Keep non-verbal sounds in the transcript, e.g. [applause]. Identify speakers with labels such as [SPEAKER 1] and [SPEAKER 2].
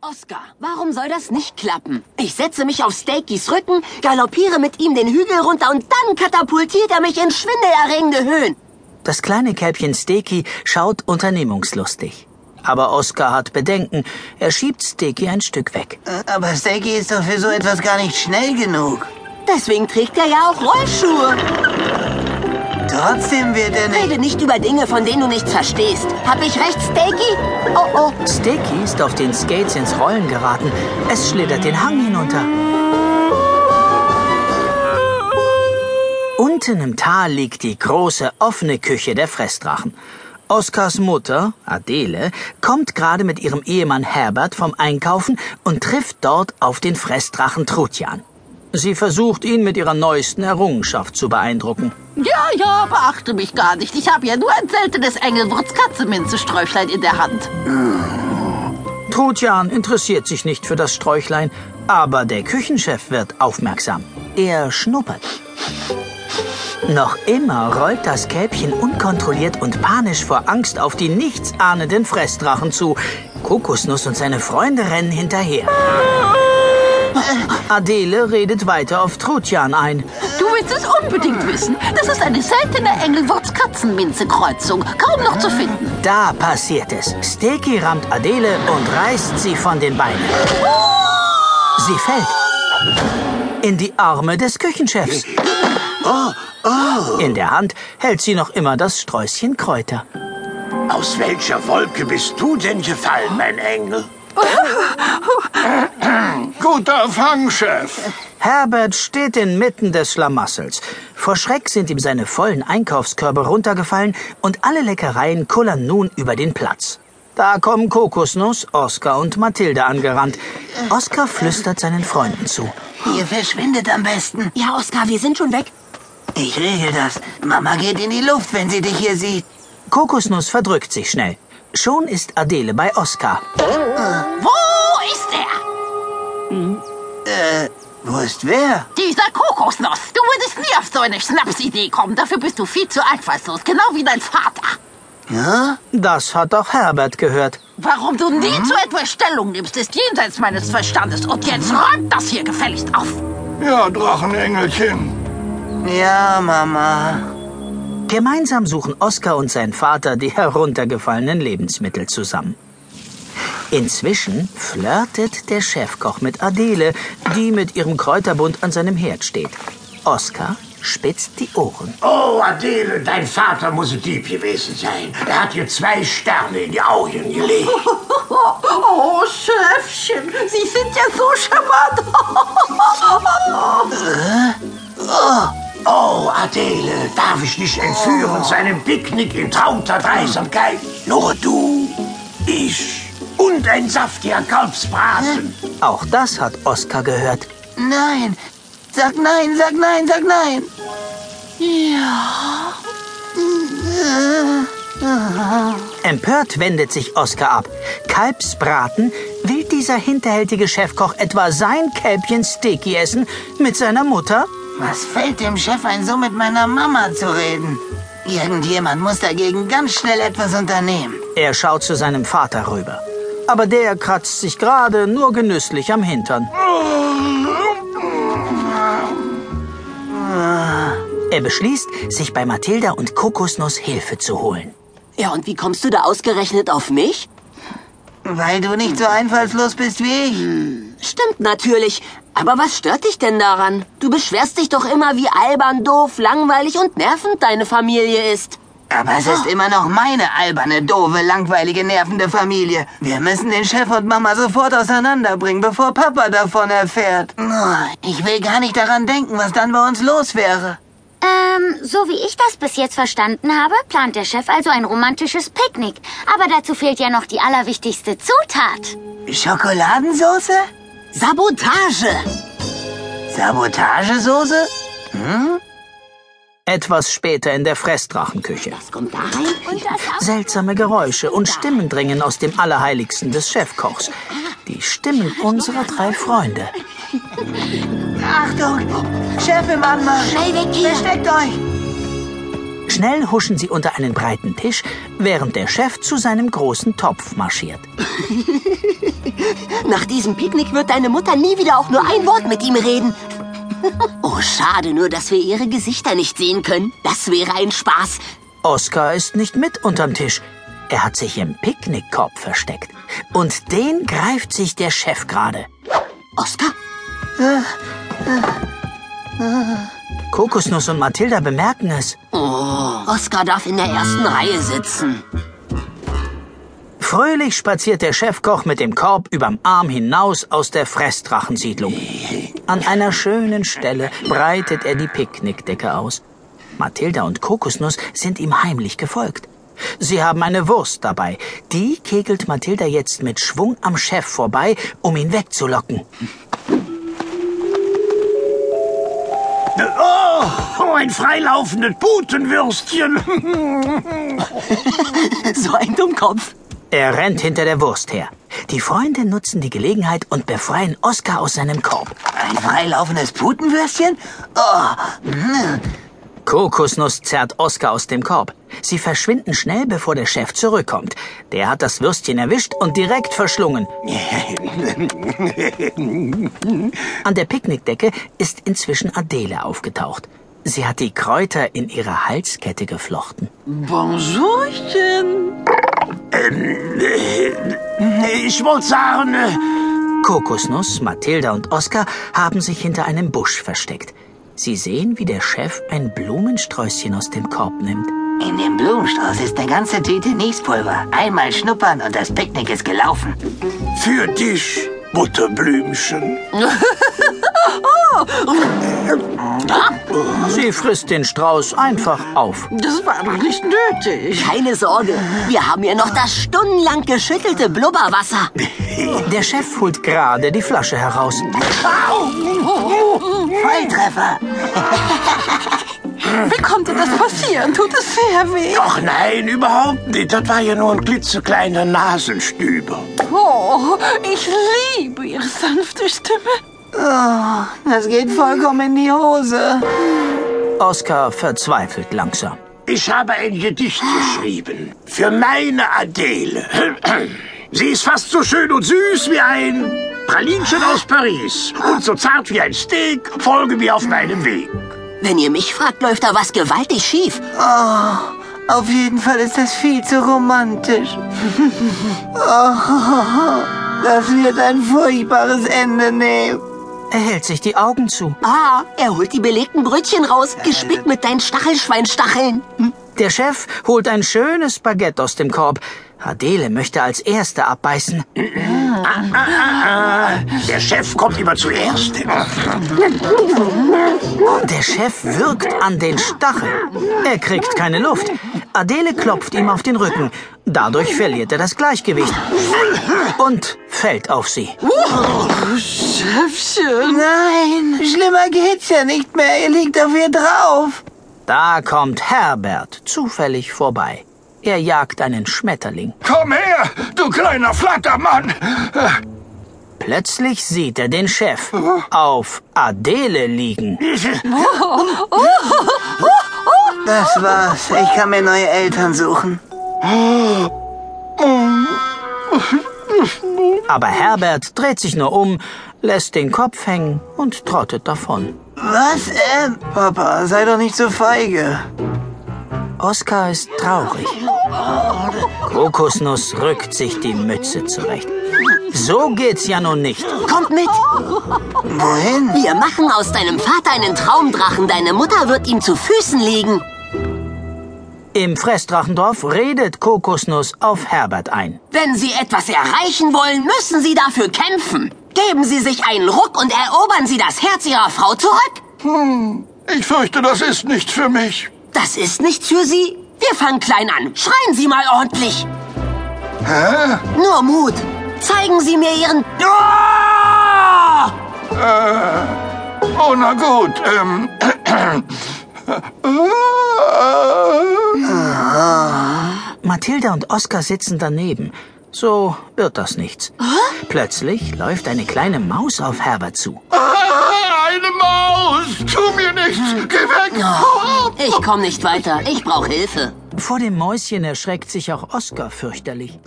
[SPEAKER 1] Oscar, warum soll das nicht klappen? Ich setze mich auf Steakys Rücken, galoppiere mit ihm den Hügel runter und dann katapultiert er mich in schwindelerregende Höhen.
[SPEAKER 2] Das kleine Kälbchen Steki schaut unternehmungslustig. Aber Oskar hat Bedenken. Er schiebt Steki ein Stück weg.
[SPEAKER 3] Aber Steaky ist doch für so etwas gar nicht schnell genug.
[SPEAKER 1] Deswegen trägt er ja auch Rollschuhe.
[SPEAKER 3] Trotzdem wird er nicht.
[SPEAKER 1] Rede nicht über Dinge, von denen du nichts verstehst. Hab ich recht, Steaky? Oh, oh.
[SPEAKER 2] Steki ist auf den Skates ins Rollen geraten. Es schlittert den Hang hinunter. Unten im Tal liegt die große offene Küche der Fressdrachen. Oskars Mutter, Adele, kommt gerade mit ihrem Ehemann Herbert vom Einkaufen und trifft dort auf den Fressdrachen Trutjan. Sie versucht, ihn mit ihrer neuesten Errungenschaft zu beeindrucken.
[SPEAKER 4] Ja, ja, beachte mich gar nicht. Ich habe ja nur ein seltenes Engelwurz-Katzeminze-Sträuchlein in der Hand.
[SPEAKER 2] Trutjan interessiert sich nicht für das Sträuchlein, aber der Küchenchef wird aufmerksam. Er schnuppert. Noch immer rollt das Kälbchen unkontrolliert und panisch vor Angst auf die nichtsahnenden Fressdrachen zu. Kokosnuss und seine Freunde rennen hinterher. Adele redet weiter auf Trutjan ein.
[SPEAKER 4] Du willst es unbedingt wissen. Das ist eine seltene Engelwurz-Katzenminze-Kreuzung. Kaum noch zu finden.
[SPEAKER 2] Da passiert es. Steki rammt Adele und reißt sie von den Beinen. Sie fällt in die Arme des Küchenchefs. In der Hand hält sie noch immer das Sträußchen Kräuter.
[SPEAKER 5] Aus welcher Wolke bist du denn gefallen, mein Engel? Guter Fang, Chef.
[SPEAKER 2] Herbert steht inmitten des Schlamassels. Vor Schreck sind ihm seine vollen Einkaufskörbe runtergefallen und alle Leckereien kullern nun über den Platz. Da kommen Kokosnuss, Oskar und Mathilde angerannt. Oskar flüstert seinen Freunden zu.
[SPEAKER 3] Ihr verschwindet am besten.
[SPEAKER 1] Ja, Oscar, wir sind schon weg.
[SPEAKER 3] Ich regel das. Mama geht in die Luft, wenn sie dich hier sieht.
[SPEAKER 2] Kokosnuss verdrückt sich schnell. Schon ist Adele bei Oskar.
[SPEAKER 4] Wo ist er?
[SPEAKER 3] Äh, wo ist wer?
[SPEAKER 4] Dieser Kokosnuss. Du würdest nie auf so eine Schnapsidee kommen. Dafür bist du viel zu einfallslos. Genau wie dein Vater.
[SPEAKER 3] Ja?
[SPEAKER 2] Das hat auch Herbert gehört.
[SPEAKER 4] Warum du nie
[SPEAKER 1] Mhm.
[SPEAKER 4] zu etwas Stellung nimmst, ist jenseits meines Verstandes. Und jetzt räumt das hier gefälligst auf.
[SPEAKER 5] Ja, Drachenengelchen.
[SPEAKER 3] Ja, Mama.
[SPEAKER 2] Gemeinsam suchen Oskar und sein Vater die heruntergefallenen Lebensmittel zusammen. Inzwischen flirtet der Chefkoch mit Adele, die mit ihrem Kräuterbund an seinem Herd steht. Oskar spitzt die Ohren.
[SPEAKER 5] Oh, Adele, dein Vater muss ein Dieb gewesen sein. Er hat dir zwei Sterne in die Augen gelegt.
[SPEAKER 4] [laughs] Oh, Schäfchen, Sie sind ja so charmant.
[SPEAKER 5] [laughs] Oh, Adele, darf ich dich entführen zu einem Picknick in trauter Dreisamkeit? Nur du, ich und ein saftiger Kalbsbraten.
[SPEAKER 2] Auch das hat Oskar gehört.
[SPEAKER 3] Nein. Sag nein, sag nein, sag nein.
[SPEAKER 2] Empört wendet sich Oskar ab. Kalbsbraten? Will dieser hinterhältige Chefkoch etwa sein Kälbchen Sticky essen mit seiner Mutter?
[SPEAKER 3] Was fällt dem Chef ein, so mit meiner Mama zu reden? Irgendjemand muss dagegen ganz schnell etwas unternehmen.
[SPEAKER 2] Er schaut zu seinem Vater rüber. Aber der kratzt sich gerade nur genüsslich am Hintern. Er beschließt, sich bei Mathilda und Kokosnuss Hilfe zu holen.
[SPEAKER 1] Ja, und wie kommst du da ausgerechnet auf mich?
[SPEAKER 3] Weil du nicht so einfallslos bist wie ich.
[SPEAKER 1] Stimmt natürlich. Aber was stört dich denn daran? Du beschwerst dich doch immer, wie albern, doof, langweilig und nervend deine Familie ist.
[SPEAKER 3] Aber es ist immer noch meine alberne, doofe, langweilige, nervende Familie. Wir müssen den Chef und Mama sofort auseinanderbringen, bevor Papa davon erfährt. Oh, Ich will gar nicht daran denken, was dann bei uns los wäre.
[SPEAKER 6] Ähm, so wie ich das bis jetzt verstanden habe, plant der Chef also ein romantisches Picknick. Aber dazu fehlt ja noch die allerwichtigste Zutat.
[SPEAKER 3] Schokoladensoße?
[SPEAKER 1] Sabotage!
[SPEAKER 3] Sabotagesoße?
[SPEAKER 2] Etwas später in der Fressdrachenküche.
[SPEAKER 1] Das kommt da rein.
[SPEAKER 2] Seltsame Geräusche und Stimmen dringen aus dem Allerheiligsten des Chefkochs. Die Stimmen unserer drei Freunde.
[SPEAKER 3] Achtung! Chef im Anmarsch!
[SPEAKER 1] Schnell weg hier.
[SPEAKER 3] Versteckt euch!
[SPEAKER 2] Schnell huschen sie unter einen breiten Tisch, während der Chef zu seinem großen Topf marschiert.
[SPEAKER 1] Nach diesem Picknick wird deine Mutter nie wieder auch nur ein Wort mit ihm reden. [laughs] Oh, schade nur, dass wir ihre Gesichter nicht sehen können. Das wäre ein Spaß.
[SPEAKER 2] Oskar ist nicht mit unterm Tisch. Er hat sich im Picknickkorb versteckt. Und den greift sich der Chef gerade.
[SPEAKER 1] Oskar?
[SPEAKER 2] Kokosnuss und Mathilda bemerken es.
[SPEAKER 1] Oskar darf in der ersten Reihe sitzen.
[SPEAKER 2] Fröhlich spaziert der Chefkoch mit dem Korb überm Arm hinaus aus der Fressdrachensiedlung. An einer schönen Stelle breitet er die Picknickdecke aus. Mathilda und Kokosnuss sind ihm heimlich gefolgt. Sie haben eine Wurst dabei. Die kegelt Mathilda jetzt mit Schwung am Chef vorbei, um ihn wegzulocken.
[SPEAKER 5] Oh, oh, ein freilaufendes Putenwürstchen.
[SPEAKER 1] So ein Dummkopf.
[SPEAKER 2] Er rennt hinter der Wurst her. Die Freunde nutzen die Gelegenheit und befreien Oskar aus seinem Korb.
[SPEAKER 3] Ein freilaufendes
[SPEAKER 5] [laughs]
[SPEAKER 3] Putenwürstchen? Oh,
[SPEAKER 2] Kokosnuss zerrt Oskar aus dem Korb. Sie verschwinden schnell, bevor der Chef zurückkommt. Der hat das Würstchen erwischt und direkt verschlungen. An der Picknickdecke ist inzwischen Adele aufgetaucht. Sie hat die Kräuter in ihre Halskette geflochten.
[SPEAKER 4] Bonjourchen.
[SPEAKER 5] Ich wollte sagen, äh,
[SPEAKER 2] Kokosnuss, Mathilda und Oskar haben sich hinter einem Busch versteckt. Sie sehen, wie der Chef ein Blumensträußchen aus dem Korb nimmt.
[SPEAKER 3] in dem Blumenstrauß ist eine ganze Tüte Niespulver. Einmal schnuppern und das Picknick ist gelaufen.
[SPEAKER 5] für dich, Butterblümchen.
[SPEAKER 2] Sie frisst den Strauß einfach auf.
[SPEAKER 4] Das war doch nicht nötig.
[SPEAKER 1] Keine Sorge, wir haben ja noch das stundenlang geschüttelte Blubberwasser.
[SPEAKER 2] Der Chef holt gerade die Flasche heraus.
[SPEAKER 3] Volltreffer.
[SPEAKER 4] Wie konnte das passieren? Tut es sehr weh.
[SPEAKER 5] Ach nein, überhaupt nicht. Das war ja nur ein klitzekleiner Nasenstüber.
[SPEAKER 4] Oh, ich liebe ihre sanfte Stimme.
[SPEAKER 3] Das geht vollkommen in die Hose.
[SPEAKER 2] Oskar verzweifelt langsam.
[SPEAKER 5] Ich habe ein Gedicht geschrieben. Für meine Adele. Sie ist fast so schön und süß wie ein Pralinchen aus Paris. Und so zart wie ein Steak, folge mir auf meinem Weg.
[SPEAKER 1] Wenn ihr mich fragt, läuft da was gewaltig schief.
[SPEAKER 3] Auf jeden Fall ist das viel zu romantisch. [laughs] Oh, das wird ein furchtbares Ende nehmen.
[SPEAKER 2] Er hält sich die Augen zu.
[SPEAKER 1] Ah, er holt die belegten Brötchen raus, gespickt mit deinen Stachelschweinstacheln.
[SPEAKER 2] Der Chef holt ein schönes Baguette aus dem Korb. Adele möchte als Erste abbeißen.
[SPEAKER 5] Ah, Der Chef kommt immer zuerst.
[SPEAKER 2] Der Chef wirkt an den Stachel. Er kriegt keine Luft. Adele klopft ihm auf den Rücken. Dadurch verliert er das Gleichgewicht und fällt auf sie.
[SPEAKER 4] Chefchen.
[SPEAKER 3] Nein, schlimmer geht's ja nicht mehr. Ihr liegt auf ihr drauf.
[SPEAKER 2] Da kommt Herbert zufällig vorbei. Er jagt einen Schmetterling.
[SPEAKER 5] Komm her, du kleiner Flattermann.
[SPEAKER 2] Plötzlich sieht er den Chef auf Adele liegen.
[SPEAKER 3] Das war's. Ich kann mir neue Eltern suchen.
[SPEAKER 2] Aber Herbert dreht sich nur um, lässt den Kopf hängen und trottet davon.
[SPEAKER 3] Was? Ähm, Papa, sei doch nicht so feige.
[SPEAKER 2] Oskar ist traurig. Kokosnuss rückt sich die Mütze zurecht. So geht's ja nun nicht.
[SPEAKER 1] Kommt mit,
[SPEAKER 3] Wohin?
[SPEAKER 1] wir machen aus deinem Vater einen Traumdrachen. Deine Mutter wird ihm zu Füßen liegen.
[SPEAKER 2] Im Fressdrachendorf redet Kokosnuss auf Herbert ein.
[SPEAKER 1] Wenn Sie etwas erreichen wollen, müssen Sie dafür kämpfen. Geben Sie sich einen Ruck und erobern Sie das Herz Ihrer Frau zurück.
[SPEAKER 5] Hm, Ich fürchte, das ist nichts für mich.
[SPEAKER 1] Das ist nichts für Sie. Wir fangen klein an. Schreien Sie mal ordentlich.
[SPEAKER 5] Hä?
[SPEAKER 1] Nur Mut. Zeigen Sie mir Ihren...
[SPEAKER 5] Ah! Äh, oh, na gut. Ähm,
[SPEAKER 2] Mathilda und Oskar sitzen daneben. So wird das nichts. Plötzlich läuft eine kleine Maus auf Herbert zu.
[SPEAKER 5] Ah, eine Maus! Tu mir nichts! Geh weg!
[SPEAKER 1] Ich komme nicht weiter. Ich brauche Hilfe.
[SPEAKER 2] Vor dem Mäuschen erschreckt sich auch Oskar fürchterlich.